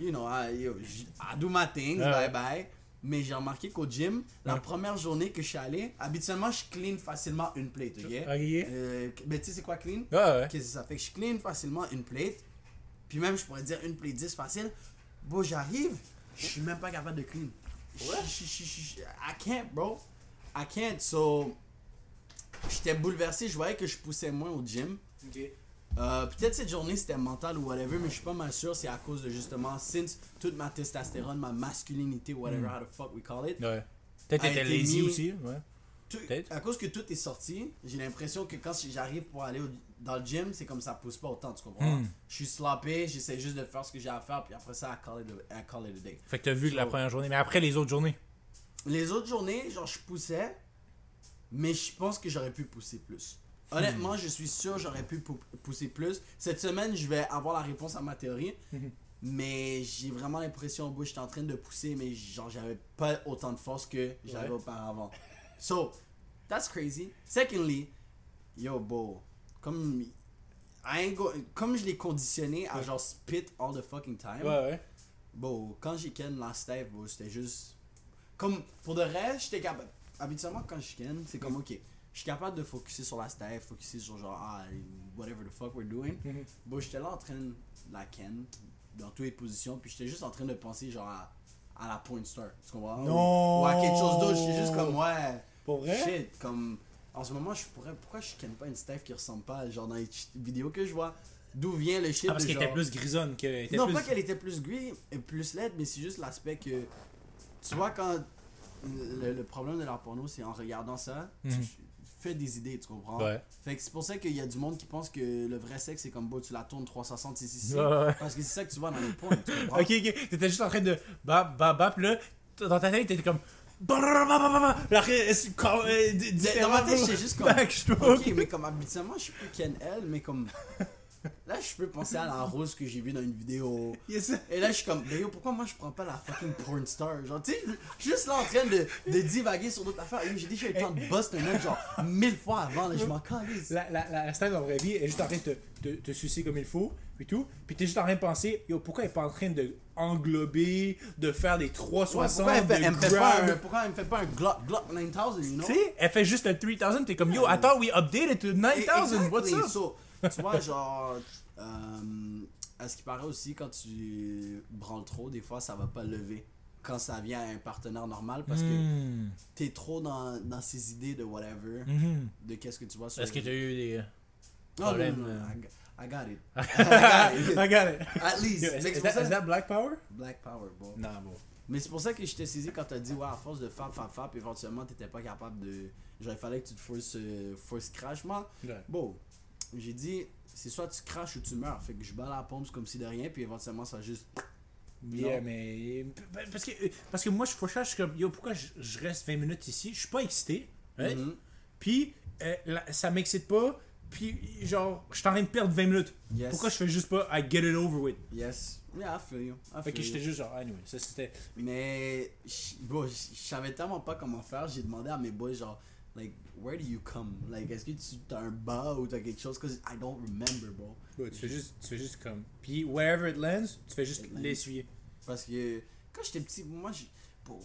you know, I, yo, j- I do my things.
Ouais.
Bye bye. Mais j'ai remarqué qu'au gym, la première journée que je suis allé, habituellement, je clean facilement une plate. ok?
Ah,
Euh, mais tu sais, c'est quoi clean?
ouais.
Qu'est-ce que ça fait que je clean facilement une plate. Puis même, je pourrais dire une plate 10 facile. Bon, j'arrive, je suis même pas capable de clean. Je- je- je- je- je- I can't, bro. I can't. So, j'étais bouleversé. Je voyais que je poussais moins au gym. Euh, Peut-être cette journée c'était mental ou whatever, mais je suis pas mal sûr. C'est à cause de justement, since toute ma testostérone, ma masculinité, whatever, how the fuck we call it,
Mm. Ouais. Peut-être
A
t'étais
été
lazy
mis-
aussi, ouais.
tout-
Peut-être.
à cause que tout est sorti, j'ai l'impression que quand j'arrive pour aller au- dans le gym, c'est comme ça pousse pas autant, tu comprends?
Mm.
Je suis sloppé, j'essaie juste de faire ce que j'ai à faire, puis après ça, I call it a, I call it a day.
Fait que t'as vu que la première journée, mais après les autres journées.
Les autres journées, genre, je poussais, mais je pense que j'aurais pu pousser plus.
Hmm.
Honnêtement, je suis sûr j'aurais pu pou- pousser plus. Cette semaine, je vais avoir la réponse à ma théorie,
Hmm.
mais j'ai vraiment l'impression que j'étais en train de pousser, mais genre, j'avais pas autant de force que j'avais
Ouais.
auparavant. So, that's crazy. Secondly, yo, bro, comme, I ain't go- comme je l'ai conditionné à genre spit all the fucking time.
ouais.
Bon, quand j'ai ken last step, bon, c'était juste. Comme pour de reste, j'étais capable. Habituellement, quand je ken, c'est comme ok. Je suis capable de focuser sur la step, focuser sur genre, ah, whatever the fuck we're doing.
Mhm.
Bon, j'étais là en train de la ken, dans toutes les positions, puis j'étais juste en train de penser genre à, à la point star. Tu comprends?
Non.
Ou à quelque chose d'autre. J'étais juste comme, ouais.
Pour vrai?
Shit, comme. En ce moment, je pourrais. Pourquoi je ken pas une step qui ressemble pas à genre dans les ch- vidéos que je vois? D'où vient le shit
Ah, parce
de
qu'elle était
genre-
plus grisonne que. elle était
non,
plus-
pas qu'elle était plus gris et plus laide, mais c'est juste l'aspect que. Tu vois, quand. Le, le problème de leur porno, c'est en regardant ça, tu
Mhm.
fais des idées, tu comprends?
Ouais.
Fait que c'est pour ça qu'il y a du monde qui pense que le vrai sexe, c'est comme, bah, tu la tournes 360 ici, ici.
Ouais, ouais.
Parce que c'est ça que tu vois dans les pornos, tu comprends?
Ok, ok. T'étais juste en train de. Bap, bap, bap, là. t- Dans ta tête, t'étais comme.
Dans ma tête, j'étais juste comme. Ok,
euh, Backstroke.
mais comme habituellement, je suis plus Ken L, mais comme. Là, je peux penser à la rose que j'ai vue dans une vidéo.
Yes.
Et là, je suis comme, ben yo, pourquoi moi je prends pas la fucking porn star? Genre, tu sais, je suis juste là en train de, de divaguer sur d'autres affaires. Et J'ai déjà eu le temps de bust un mec, genre, mille fois avant, là, je m'en calisse.
La, la, la, la star dans la vraie vie est juste en train de te, te, te sucer comme il faut, puis tout. Puis t'es juste en train de penser, yo, pourquoi elle est pas en train de englober, de faire des
Ouais,
360,
pourquoi, elle fait,
de
elle me fait pas un,
grab.
pourquoi elle me fait pas un Glock, Glock 9000, you know?
Tu sais, elle fait juste le 3000, t'es comme, yo, attends, we updated to 9000, what's
Exactly.
up?
So, tu vois, genre, euh, à ce qui paraît aussi, quand tu branles trop, des fois, ça va pas lever. Quand ça vient à un partenaire normal, parce que
Hmm.
t'es trop dans, dans ses idées de whatever, de qu'est-ce que tu vois sur
Est-ce que t'as eu des. euh,
Non, non,
problèmes,
non, non,
euh,
I, got- I got it. I got it.
Ah, I got it.
At least.
Yo,
Mais
is,
c'est
is
pour
that,
ça-
is that Black Power?
Black Power, bro.
Non, bon.
Mais c'est pour ça que je t'ai saisi quand t'as dit, ouais, à force de fap, fap, fap, éventuellement, t'étais pas capable de. Genre, il fallait que tu te forces, euh, force crash. Moi, Bon, j'ai dit, c'est soit tu craches ou tu meurs. Fait que je bats la pompe comme si de rien, puis éventuellement ça juste.
Yeah,
Non.
mais. Parce que, parce que moi, je fois, je suis comme, yo, pourquoi je, je reste 20 minutes ici? Je suis pas excité. right?
Mhm.
Puis, euh, la- ça m'excite pas. Puis, genre, je suis en train de perdre 20 minutes.
Yes.
Pourquoi je fais juste pas, I get it over with?
Yes. Yeah, I feel you. I
Fait
feel
que j'étais
you.
juste genre, anyway, ça c'était.
Mais, je- bon, je je savais tellement pas comment faire. J'ai demandé à mes boys, genre, like, where do you come? Like, est-ce que tu as un bas ou t'as quelque chose? Cause I don't remember, bro.
Tu fais juste, tu fais juste comme. Puis, wherever it lands, tu fais juste
It lands.
l'essuyer.
Parce que quand j'étais petit, moi, je, bon,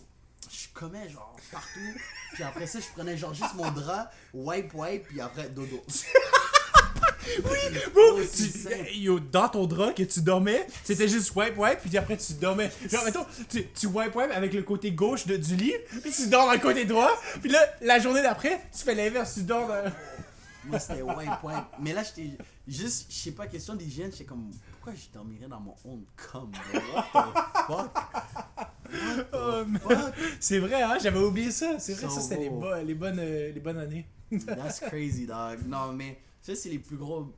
je commets genre partout. puis après ça, je prenais genre juste mon drap, wipe, wipe, puis après, dodo.
Bro,
Oh,
tu-
c'est simple.
yo, dans ton drap que tu dormais, c'était juste wipe wipe, puis après tu dormais. Genre, mettons, tu, tu wipe wipe avec le côté gauche de, du lit, puis tu dors dans le côté droit, puis là, la journée d'après, tu fais l'inverse, tu dors dans.
Moi, c'était wipe, wipe. Mais là, j'étais juste, je sais pas, question d'hygiène, j'étais comme, pourquoi je dormirais dans mon own cum, bro? What
Oh,
the fuck?
c'est vrai, hein, j'avais oublié ça. C'est vrai,
So
ça c'était les,
beau.
bo- les, bonnes, euh, les bonnes années.
Fuck? That's crazy, dog. Non, mais ça, c'est les plus gros.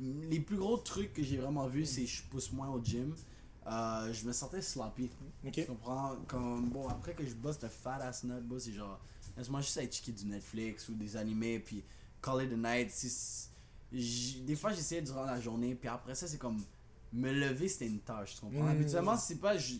Les plus gros trucs que j'ai vraiment vu, c'est je pousse moins au gym. Euh, je me sentais sloppy. Tu
Ok.
comprends? Comme, bon, après que je bosse de fat ass nut, bro, c'est genre, laisse-moi juste aller checker du Netflix ou des animés, puis call it a night. Si- j- Des fois, j'essayais durant la journée, puis après ça, c'est comme, me lever, c'était une tâche, tu comprends?
Mm.
Habituellement, c'est pas. Je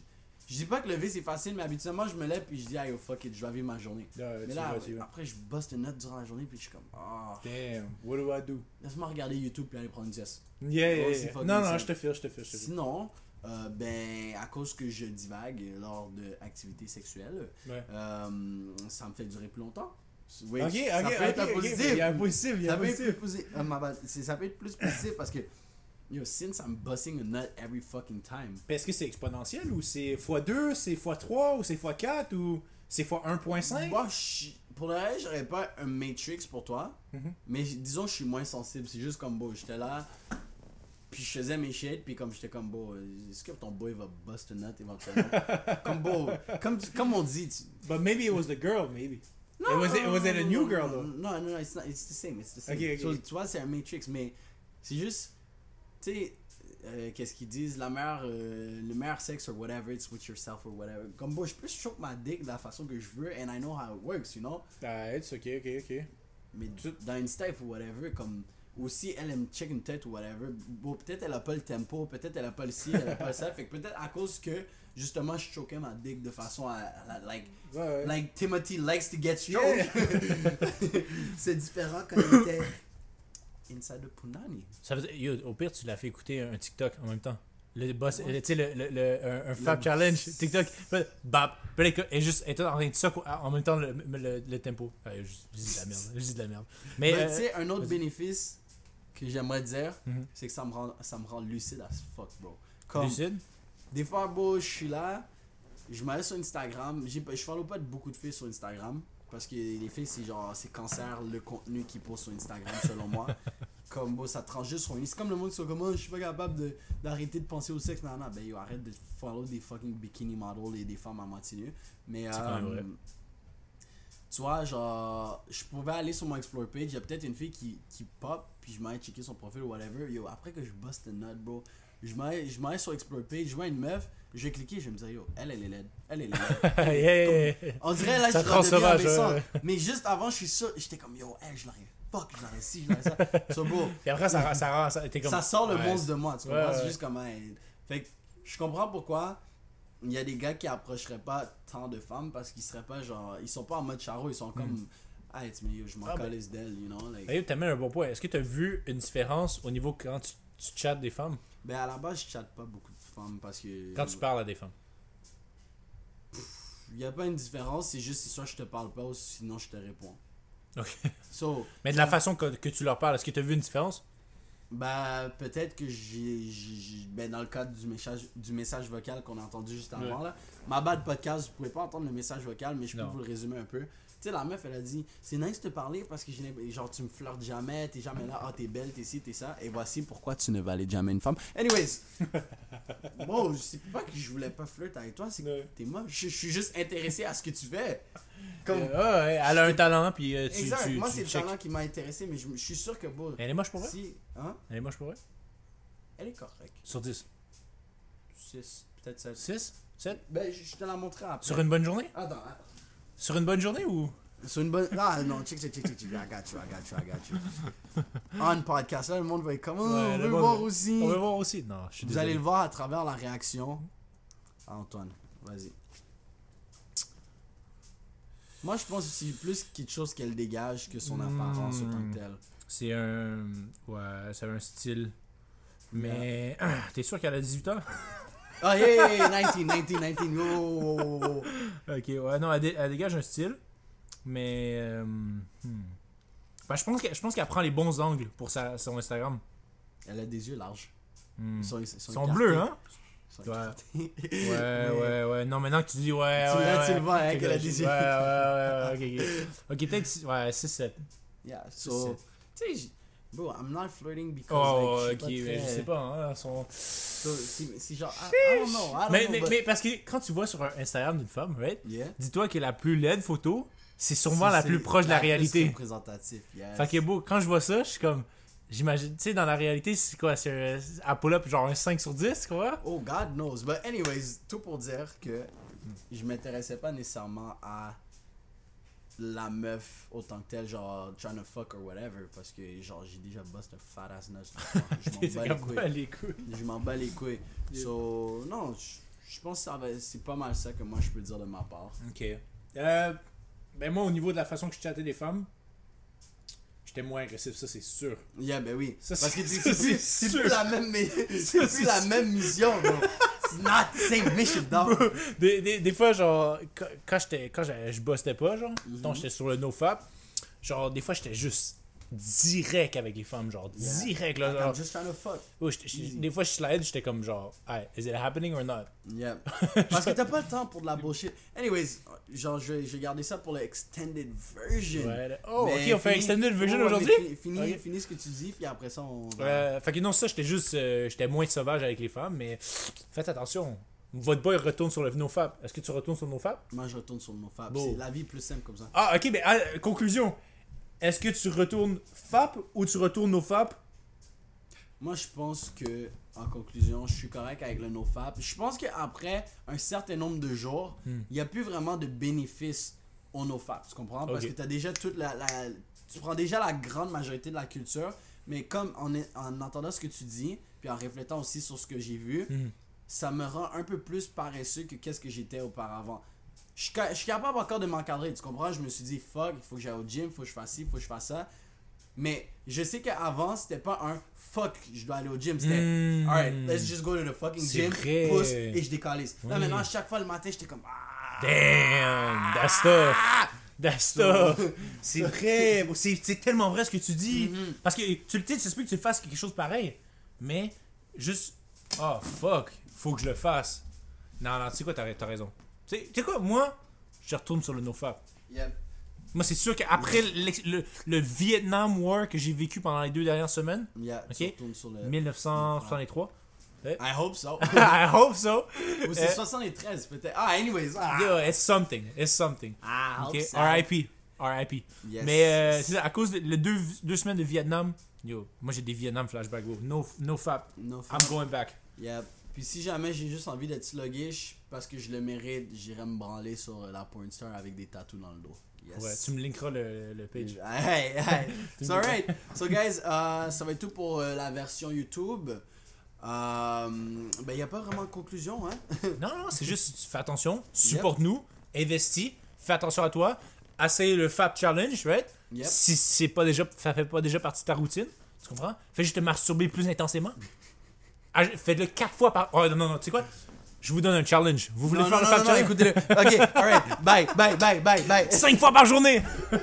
je dis pas que lever, c'est facile, mais habituellement, je me lève, puis je dis, ah yo, fuck it, je vais vivre ma journée. Mais là, après, je bosse de notes durant la journée, puis je suis comme, ah,
Damn, what do I do?
laisse-moi regarder YouTube, puis aller prendre une sieste.
Yeah, yeah,
Oh,
yeah.
c'est fucking
Non, non,
simple.
je te file, je te file, je te file.
Sinon, euh, ben, à cause que je divague lors d'activités sexuelles,
Ouais.
euh, ça me fait durer plus longtemps. Oui,
Ok, ok,
ça peut être un
ok, ok,
positif.
Il y a un positif, il y a
ça,
un
peut être plus
positif.
posi- euh, ma bad, c'est- ça peut être plus positif parce que, yo, since I'm busting a nut every fucking time,
Mais Est-ce que c'est exponentiel ou c'est x2, c'est x3 ou c'est x4 ou c'est x1.5
moi, je suis- pour le reste, j'aurais pas un matrix pour toi,
Mhm.
mais j- disons, je suis moins sensible. C'est juste comme, beau, j'étais là. Puis je faisais mes shit, puis comme j'étais comme beau, est-ce que ton boy va bust a nut éventuellement? comme beau, comme, comme on dit, tu-
But maybe it was the girl, maybe. It was- it was at a new
no,
girl,
no,
though.
No, no, no, it's not. It's the same. It's the same.
Okay, okay.
So, tu vois, c'est un Matrix, mais c'est juste, tu sais, euh, qu'est-ce qu'ils disent, la meilleure, euh, le meilleur sexe or whatever, it's with yourself or whatever. Comme bon, je peux choper ma dick de la façon que je veux, and I know how it works, you know.
Ah, it's ok, ok, ok.
Mais
Tu-
dans une step ou whatever, comme aussi elle aime check une tête ou whatever, bon, peut-être elle a pas le tempo, peut-être elle a pas le ci, elle a pas ça, fait que peut-être à cause que justement je choquais ma dick de façon à, à- like
Ouais, ouais.
Like Timothy likes to get strong.
Yeah.
c'est différent quand il était inside the Punani.
Ça veut dire- yo, au pire, tu l'as fait écouter un TikTok en même temps. Le boss,
Ouais.
le- tu sais, le, le- le- un, un Fab
Le-
Challenge, TikTok, fait bap, puis là, écoute, et juste, et toi, en train de soc en même temps le, le- le tempo. Ouais, je, je dis de la merde, je dis de la merde. Mais,
Mais
euh,
Ben, tu sais, un autre
vas-y.
bénéfice que j'aimerais dire,
Mhm.
c'est que ça me, rend, ça me rend lucide as fuck, bro. Comme,
lucide,
des fois, bro, je suis là, je m'allais sur Instagram, j'ai pas- je follow pas beaucoup de filles sur Instagram, parce que les filles, c'est genre, c'est cancer le contenu qu'ils postent sur Instagram, selon moi. Comme, bro, ça te rend juste ruiné. C'est comme le monde qui sont comme, oh, je suis pas capable de- d'arrêter de, penser au sexe, non, non, ben yo, arrête de follow des fucking bikini models et des femmes à moitié nues. Mais, euh,
C'est quand même vrai.
tu vois, genre, je pouvais aller sur mon explore page, il y a peut-être une fille qui, qui pop, puis je m'allais checker son profil ou whatever. Yo, après que je bust le nut, bro, je m'en je m'en vais sur Explore Page, je vois une meuf, je vais cliquer, je vais me dire, yo, elle, elle est laide. Elle est laide.
Yeah.
On dirait là,
Ça
je suis
transformage,
mais,
ouais.
mais juste avant, je suis sûr, j'étais comme, yo, elle, je l'aurais. Fuck, je l'aurais si, je l'aurais ça. So, bro,
Et après, ça, ça, rend- ça- t'es comme-
ça sort le
Ouais.
monstre de moi, tu comprends?
Ouais,
C'est
ouais.
juste comme hey. Fait que je comprends pourquoi il y a des gars qui approcheraient pas tant de femmes parce qu'ils seraient pas genre. Ils sont pas en mode charo, ils sont comme. Hey, tu me- je m'en
Hmm. Ah, ben.
calisse d'elle, you know? like.
D'ailleurs, t'amènes un bon point. Est-ce que t'as vu une différence au niveau quand tu, tu chattes des femmes
Ben à la base, je chatte pas beaucoup de femmes parce que.
Quand tu parles à des femmes
Il y a pas une différence, c'est juste c'est soit je te parle pas ou sinon je te réponds.
Ok.
So,
Mais de la façon que, que tu leur parles, est-ce que t'as vu une différence
Bah, peut-être que j'ai. j'ai- j'ai- Ben, dans le cadre du message, du message vocal qu'on a entendu juste avant, là. Ma bad podcast, vous pouvez pas entendre le message vocal, mais je peux
Non.
vous le résumer un peu. Tu sais, la meuf, elle a dit C'est nice de te parler parce que j'ai l'im- genre, tu me flirtes jamais, t'es jamais là, ah, t'es belle, t'es ci, t'es ça, et voici pourquoi tu ne valides jamais une femme. Anyways, bon, c'est pas que je voulais pas flirter avec toi, c'est que
Ouais.
t'es moche. Je je suis juste intéressé à ce que tu fais. Comme.
Euh, ah ouais, Elle a un talent, puis euh, tu,
exact,
tu-
moi,
tu
c'est le
check.
talent qui m'a intéressé, mais je je suis sûr que, bon,
Elle est moche pour vrai
si. Hein
Elle est moche pour vrai
Elle est correcte.
Sur 10.
6, peut-être 7.
6 7
Ben, je je te la montrerai après.
Sur une bonne journée
Attends, hein.
Sur une bonne journée ou
sur une bonne. Ah non, check, check, check, check, check. I got you, I got you, I got you. On podcast, là, le monde va être comme. Oh,
Ouais,
on
le
veut
monde-
voir aussi.
On va voir aussi. Non, je suis
Vous
désolé.
allez le voir à travers la réaction. Ah, Antoine, vas-y. Moi, je pense que c'est plus quelque chose qu'elle dégage que son
Hmm.
apparence en tant que telle.
C'est un. Ouais, ça a un style. Mais. T'es sûr qu'elle a 18 ans
Ah, hey, hey, hey, 19, 19, 19. Yo, yo, yo, yo, yo.
Ok, ouais, non, elle, dé- elle dégage un style, mais. euh, hmm. Ben, je pense qu'elle je pense qu'elle prend les bons angles pour sa, son Instagram.
Elle a des yeux larges.
Hmm.
Ils sont, ils
Ils
sont
sont
écartés.
bleus, hein
Ils sont
Ouais.
écartés.
Ouais,
Mais-
ouais, ouais. Non, maintenant que tu dis ouais.
Tu-
ouais,
là, tu
ouais.
le vois, hein,
Ok,
qu'elle a
je-
des yeux.
Ouais, ouais, ouais, ouais, ok, ok. Ok, peut-être. si- Ouais, 6-7.
Yeah,
So-
so, tu sais, j- bro, I'm not flirting because
Oh,
like,
ok, mais je sais
euh,
pas, hein. elles sont-
So, si, si genre, I, I don't know, I don't
Mais,
know,
mais,
but-
mais parce que quand tu vois sur un Instagram d'une femme, right,
yeah.
dis-toi que la plus laide photo, c'est sûrement la
Si
plus
c'est
proche de la
plus
réalité.
représentatif, yes.
Fait que beau, quand je vois ça, je suis comme. J'imagine, tu sais, dans la réalité, c'est quoi C'est un- à pull-up, genre un 5 sur 10, quoi
Oh, God knows. But anyways, tout pour dire que je m'intéressais pas nécessairement à la meuf autant que telle, genre, trying to fuck or whatever, parce que, genre, j'ai déjà bust a fat ass nut. Je m'en
C'est
bats les
comme
couilles.
pas les couilles.
Je m'en bats les couilles. So, non, je je pense que ça va- c'est pas mal ça que moi je peux dire de ma part.
Ok. Euh, ben, moi, au niveau de la façon que je chattais les femmes, j'étais moins agressif, ça, c'est sûr.
Yeah, ben oui.
Ça,
Parce
c'est-
que
ça,
c'est c'est
c'est
plus, c'est
sûr.
plus la même, mais- c'est
c'est
plus la
sûr.
même mission, bro. It's not the same mission, dog.
Des, des, des fois, genre, quand, quand j'étais- quand j'avais- je bossais pas, genre, mettons, j'étais sur le nofap, genre, des fois, j'étais juste direct avec les femmes, genre,
Yeah.
direct, là.
I'm
genre,
just trying to fuck.
oh, j'étais- j'étais- des fois, je slide, j'étais comme, genre, hey, is it happening or not
Yeah. Parce que t'as pas le temps pour de la bullshit. Anyways, genre, je vais, je vais garder ça pour l'extended version.
Ouais, là- Oh,
Mais
ok, on fait
finis-
extended version
Ouais, mais
aujourd'hui
fi- Finis,
Ok.
finis ce que tu dis, puis après ça, on.
Euh, fait que non, ça, j'étais juste. euh, j'étais moins sauvage avec les femmes, mais faites attention. Votre boy retourne sur le NoFap. Est-ce que tu retournes sur le NoFap
Moi, je retourne sur mon fab.
Bon.
C'est la vie est plus simple comme ça.
Ah, ok, mais ah, conclusion. Est-ce que tu retournes FAP ou tu retournes NoFap
Moi, je pense que, en conclusion, je suis correct avec le nofap. Je pense qu'après un certain nombre de jours, il n'y a plus vraiment de bénéfice au nofap. Tu comprends? Parce
Ok.
que tu as déjà toute la, la- Tu prends déjà la grande majorité de la culture, mais comme en, est- en entendant ce que tu dis, puis en reflétant aussi sur ce que j'ai vu, ça me rend un peu plus paresseux que qu'est-ce que j'étais auparavant. Je suis ca- je suis capable encore de m'encadrer, tu comprends? Je me suis dit, fuck, il faut que j'aille au gym, il faut que je fasse ci, il faut que je fasse ça. Mais je sais qu'avant, c'était pas un fuck, je dois aller au gym. C'était
Mm.
alright, let's just go to the fucking
C'est
gym,
vrai.
pousse et je décalise. Là
Oui.
maintenant, à chaque fois le matin, j'étais comme ah.
Damn, that's tough. That's tough. Mm-hmm.
So-
Ah! C'est vrai. C'est c'est tellement vrai ce que tu dis. Parce que tu le sais, tu que tu fasses quelque chose pareil. Mais juste, oh fuck, faut que je le fasse. Non, non, tu sais quoi, t'as t'as raison. Tu sais- tu sais quoi, moi, je retourne sur le nofap.
Yep.
Moi, c'est sûr qu'après l'ex- le, le Vietnam War que j'ai vécu pendant les deux dernières semaines,
Yeah,
Ok.
tu retournes sur le.
1963.
I hope so.
I hope so.
Ou c'est 73 peut-être. Ah, anyways. Ah,
Euh. Yo, it's something. It's something.
I hope
Ok,
so.
RIP. RIP.
Yes.
Mais euh, c'est ça, à cause des les deux, deux semaines de Vietnam, yo, moi j'ai des Vietnam flashbacks, bro. No, no fap.
No
I'm
fuck.
going back.
Yep. Puis si jamais j'ai juste envie d'être sluggish parce que je le mérite, j'irai me branler sur euh, la Pornstar avec des tattoos dans le dos. Yes.
Ouais, tu me linkeras le, le page.
Hey, hey. It's alright. So, guys, euh, ça va être tout pour euh, la version YouTube. Euh, ben, il n'y a pas vraiment de conclusion, hein?
Non, non, c'est juste, fais attention, supporte-nous, investis, fais attention à toi, essaye le Fab Challenge, right?
Yep.
Si c'est pas déjà, ça fait pas déjà partie de ta routine, tu comprends? Fais juste te masturber plus intensément. Ah, Faites-le quatre fois par. Oh non, non, non, tu sais quoi? Je vous donne un challenge. Vous voulez
Non,
faire
non,
le
non,
Fab
non,
Challenge?
écoutez-le. Ok, alright. Bye, bye, bye, bye, bye.
Cinq fois par journée!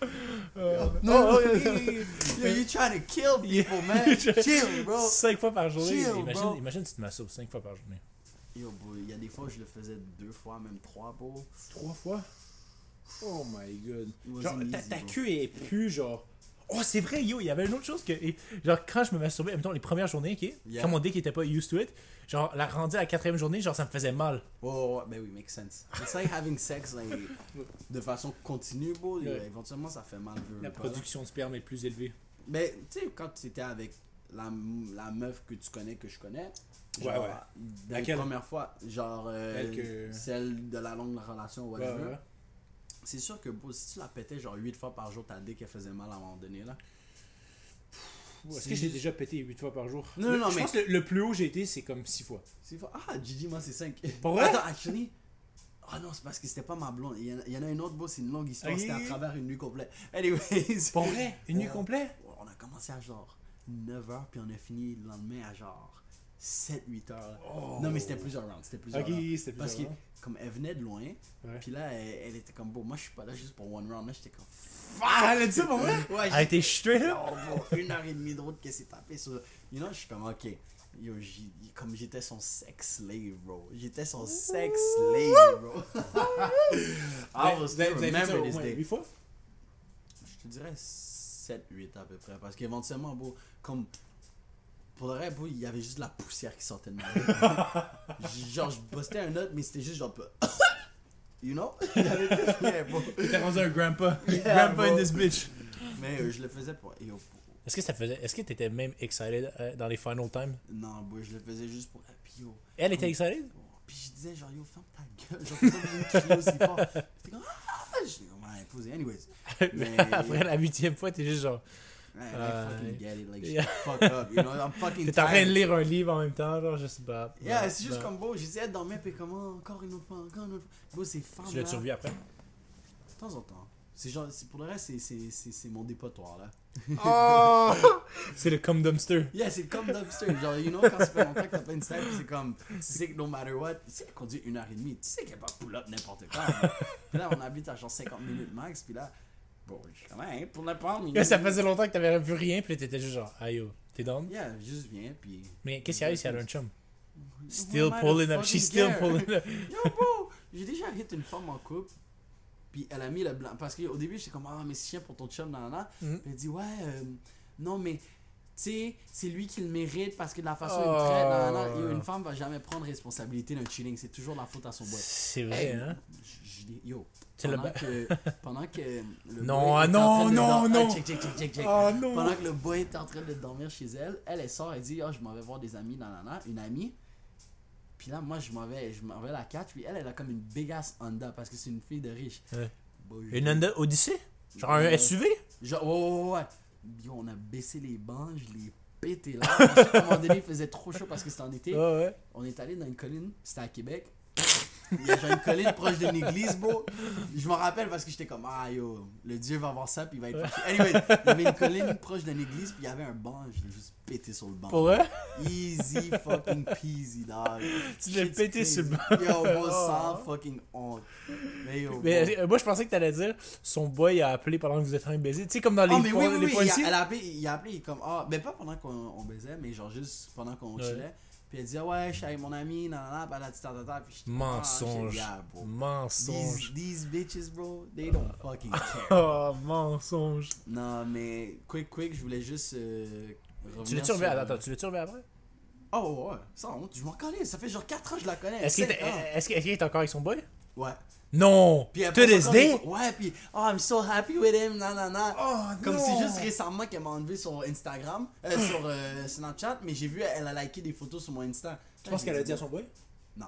No, no, Yo, you trying to kill people, man. Chill, bro.
Cinq fois par journée!
Chill,
imagine,
bro.
imagine si tu te masturbes cinq fois par journée.
Yo, bro, il y a des fois où je le faisais deux fois, même trois, bro.
Trois fois? Oh my god.
It wasn't
Genre, ta,
easy,
ta
bro.
queue est plus genre. Oh, c'est vrai, yo, il y avait une autre chose que. et, Genre, quand je me masturbais, mettons, les premières journées, ok?
Yeah.
Comme on dit qu'il était pas used to it, genre, la rendue à la quatrième journée, genre, ça me faisait mal.
Ouais, ouais, ouais, ben oui, makes sense. It's like having sex, like, de façon continue, bro.
Ouais.
Éventuellement, ça fait mal. veux, veux
La
pas, là.
production de sperme est plus élevée.
Mais tu sais, quand tu étais avec la, la meuf que tu connais, que je connais,
Ouais, ouais.
dans
Laquelle?
les premières fois, genre euh,
Elle que-
celle de la longue relation, whatever,
Ouais, ouais.
c'est sûr que bro, si tu la pétais genre 8 fois par jour, t'as dit qu'elle faisait mal à un moment donné là.
Ouh, Est-ce
C'est
que j'ai
juste-
déjà pété 8 fois par jour?
Non,
Le-
non,
je
mais-
pense que le, le plus haut j'ai été, c'est comme 6 fois.
C'est fou. Ah, Gigi, moi c'est 5.
Pour vrai?
Attends, actually. Ah non, c'est parce que c'était pas ma blonde. Il y en a, il y en a une autre, bro, c'est une longue histoire.
Ok.
C'était à travers une nuit complète. Anyways.
Pour vrai? Une nuit
Ouais.
complète?
On a commencé à genre 9h, puis on a fini le lendemain à genre 7-8h.
Oh.
Non, mais c'était plusieurs rounds. C'était plusieurs
Ok,
rounds.
c'était plusieurs
Parce que,
rounds.
comme elle venait de loin,
Ouais.
puis là, elle, elle était comme, bon, moi je suis pas là juste pour one round. Là, j'étais comme,
Ah, elle a dit ça pour vrai? Ah,
ouais,
Elle a
j'étais
été straight up?
oh, bon, une heure et demie de route qu'elle s'est tapée sur. You know, je suis comme, ok. Yo, j'ai- comme j'étais son sex slave, bro. J'étais son sex slave, bro. I will still remember this day.
8 fois?
Je te dirais 7-8 à peu près. Parce qu'éventuellement, bro, comme. Pour le vrai, bro, il y avait juste de la poussière qui sortait de ma bouche. Genre, je bustais un autre, mais c'était juste genre. peu- You know? Il y avait plus rien, bro.
T'as rendu un grandpa.
Yeah,
grandpa in
bro.
this bitch.
Mais euh, je le faisais pour. Yo, pour-
Est-ce que ça faisait. Est-ce que t'étais même excited euh, dans les final times
Non, bro, je le faisais juste pour. Puis, yo.
Elle était excited
Puis je disais, genre, yo, ferme ta gueule. Genre, pourquoi vous me criez aussi fort? J'étais comme. Ah! J'étais comme, ouais, posé. Anyways. Mais.
Après la huitième fois, t'es juste genre.
Ouais,
Euh,
I fucking get it. Like,
yeah.
shut the fuck up. You know, I'm fucking.
T'es en train
tired.
de lire un livre en même temps, genre, juste bah.
Yeah,
bah,
c'est juste
bah.
comme beau. J'essayais de dormir, puis comment encore une autre fois, encore une autre fois. Bro, c'est femme.
Tu l'as
là,
survécu après?
De temps en temps. C'est genre, c'est- pour le reste, c'est- c'est- c'est c'est mon dépotoir là. Oh!
C'est le cum dumpster.
Yeah, c'est comme dumpster. Genre, you know, quand ça fait longtemps que t'as pas une style, c'est comme, tu sais que no matter what, tu sais qu'on dit une heure et demie, tu sais qu'il n'y a pas de pull-up n'importe quand. hein. puis là, on habite à genre 50 minutes max, puis là, bon, je suis comme, hein, pour ne pas
Là, ça faisait longtemps que t'avais vu rien, puis là, t'étais juste genre, ah yo, t'es down
Yeah, juste viens, puis.
Mais qu'est-ce qu'il y a eu si elle a un chum Still
Who am I to
pulling up, she's still
fucking care?
pulling up.
Yo, bro, j'ai déjà hit une femme en couple. Puis elle a mis le blanc. Parce qu'au début, j'étais comme, ah, mais c'est chien pour ton chum, nan, nan, nan.
Mhm.
Puis elle dit, ouais, euh, non, mais, tu sais, c'est lui qui le mérite parce que de la façon
Oh.
il me traite, nan, nan, nan. Yo, une femme va jamais prendre responsabilité d'un chilling. C'est toujours la faute à son boy.
C'est vrai, hein
Je- je dis, Yo,
Tu l'as
pendant
ba-
que, pendant que le
Non,
boy
ah,
était
non,
en train de
non,
dor-
non.
Ah, check, check, check, check, check.
Oh non!
Pendant que le boy est en train de dormir chez elle, elle, elle sort, elle dit Ah, Je m'en vais voir des amis, nanana, une amie. Puis là, moi, je m'en vais, je m'en vais la catch. Puis elle, elle a comme une big ass Honda parce que c'est une fille de riche.
Ouais.
Boy,
Une Honda Odyssey Genre un
Ouais.
SUV
Genre, ouais, ouais, ouais, ouais. Yo, on a baissé les bancs, je l'ai pété là. Ensuite, à un moment donné, il faisait trop chaud parce que c'était en été.
ouais.
On est allé dans une colline, c'était à Québec. Il y a genre une colline proche d'une église, bro. Je m'en rappelle parce que j'étais comme, ah yo, le Dieu va voir ça, puis il va être fâché. Anyway, il y avait une colline proche d'une église, puis il y avait un banc, je l'ai juste pété sur le banc.
Pour vrai
Easy fucking peasy, dog.
Tu l'as
Shit's
pété
crazy.
sur le Oh.
Yo, bro, sans fucking honte. Mais yo, bro.
Mais euh, moi, je pensais que t'allais dire son boy a appelé pendant que vous êtes en train de baiser. Tu sais, comme dans les,
Oh, mais oui,
po-
oui,
les
oui,
policiers.
Il, a, elle a appelé, il a appelé, il est comme, ah, mais pas pendant qu'on on baisait, mais genre juste pendant qu'on
Ouais.
chillait. Puis elle disait, ouais, je suis avec mon ami, nanana, patati, tatata. Puis j'étais, ah, j'ai-
Mensonge.
yeah, bro.
Mensonge.
These, these bitches, bro, they don't fucking care.
Oh, mensonge.
Ah. non, mais quick, quick, je voulais juste. euh, revenir
Tu l'as-tu
sur- euh,
revu Attends, attends, tu l'as-tu revu après
Oh, ouais, ça, honte, je m'en connais, ça fait genre 4 ans que je la connais.
Est-ce qu'il
cinq
était-
ans.
eh,
est-ce qu'il est-ce qu'il est encore avec son boy
Ouais.
Non!
ah. Puis
To
après,
this
encore
day?
une fois- Ouais, puis oh, I'm so happy with him, non, non, non.
Oh,
Comme
non.
c'est juste récemment qu'elle m'a enlevé sur Instagram, euh, sur euh, Snapchat, mais j'ai vu elle a liké des photos sur mon Insta.
Tu penses qu'elle a dit à son boy
Non.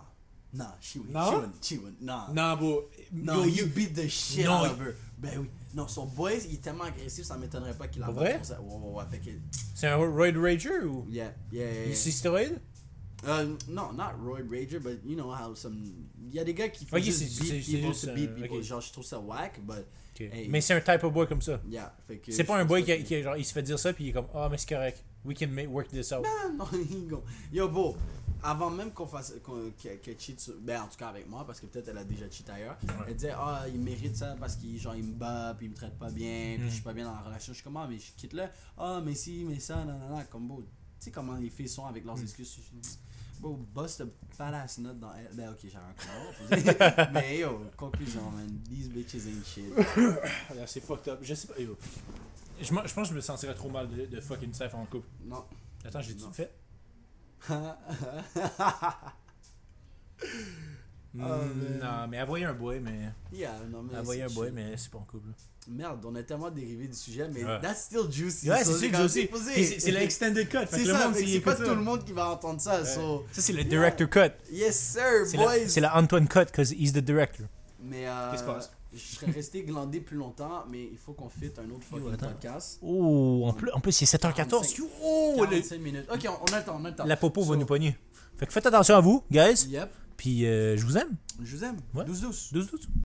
Non, she wouldn't.
Non?
She wouldn't. She wouldn't. Ah. Non.
Non, bro. Yo,
Non, you beat the shit
Non,
out of her. Ben oui. Non, son boy, il est tellement agressif, ça m'étonnerait pas qu'il la
Pour
batte
vrai?
pour ça. Ouais, ouais, ouais. Fait que.
C'est un Roid Rager ou.
Yeah, yeah, yeah.
Il
yeah.
C'est stéroïde?
Euh, non, not Roy Rager, but you know how some. Il y a des gars qui font
Ok, c'est-
juste
c'est-
beat
c'est
people
juste
to
un-
beat people.
ok.
Genre, je trouve ça whack, but.
Ok.
Hey.
Mais c'est un type of boy comme ça.
Yeah, fait que.
C'est pas
je
un
pense
boy
pas
qui, a-
que-
qui a genre, il se fait dire ça puis il est comme ah mais c'est correct, we can make, work this out.
Ah, non, il gon- Yo, bro, avant même qu'on fasse. qu'on- qu'elle qu'elle cheat sur- Ben, en tout cas avec moi, parce que peut-être elle a déjà cheat ailleurs. Elle disait, ah, il mérite ça parce qu'il genre, il me bat, puis il me traite pas bien,
Mm.
puis je suis pas bien dans la relation. Je suis comme, ah, mais je quitte là. Ah, mais si, mais ça, nanana, comme beau. Tu sais comment les filles sont avec
Mm.
leurs excuses. Je suis- Bro, boss the badass note dans elle. Ben, ok, j'avais un comment. mais yo, conclusion, man. These bitches ain't shit.
Là, Ah, c'est fucked up. Je sais pas. yo. Je, m'en- je pense que je me sentirais trop mal de, de fucking safe en couple.
Non.
Attends, j'ai-tu
Non.
fait
man.
Hmm, Non, mais envoyer un boy, mais.
yeah, non, mais.
Envoyer un
Ah, c'est
boy
chill.
mais c'est pas en couple.
Merde, on a tellement dérivé du sujet, mais
Ouais.
that's still juicy.
Ouais,
So,
c'est sûr que
quand
Josie-
posé.
Puis C'est c'est l'extended cut. fait
C'est
que le
ça,
monde,
fait que
il
c'est pas
écoute ça.
tout le monde qui va entendre ça. So,
Ça c'est le director cut.
yes sir,
C'est
boys.
la, c'est la Antoine cut cause he's the director.
Mais euh,
Qu'est-ce qui se passe?
je serais resté glandé plus longtemps, mais il faut qu'on fitte un autre fucking
attends.
podcast.
Oh en plus en plus c'est 7h14.
45.
Yo, Oh, le-
45 minutes. Ok, on, on a le temps, on a le temps.
la popo
So,
va nous pogner. Fait que faites attention à vous guys.
Yep,
Puis euh, je vous aime.
je vous aime.
Ouais.
12-12.
12 12.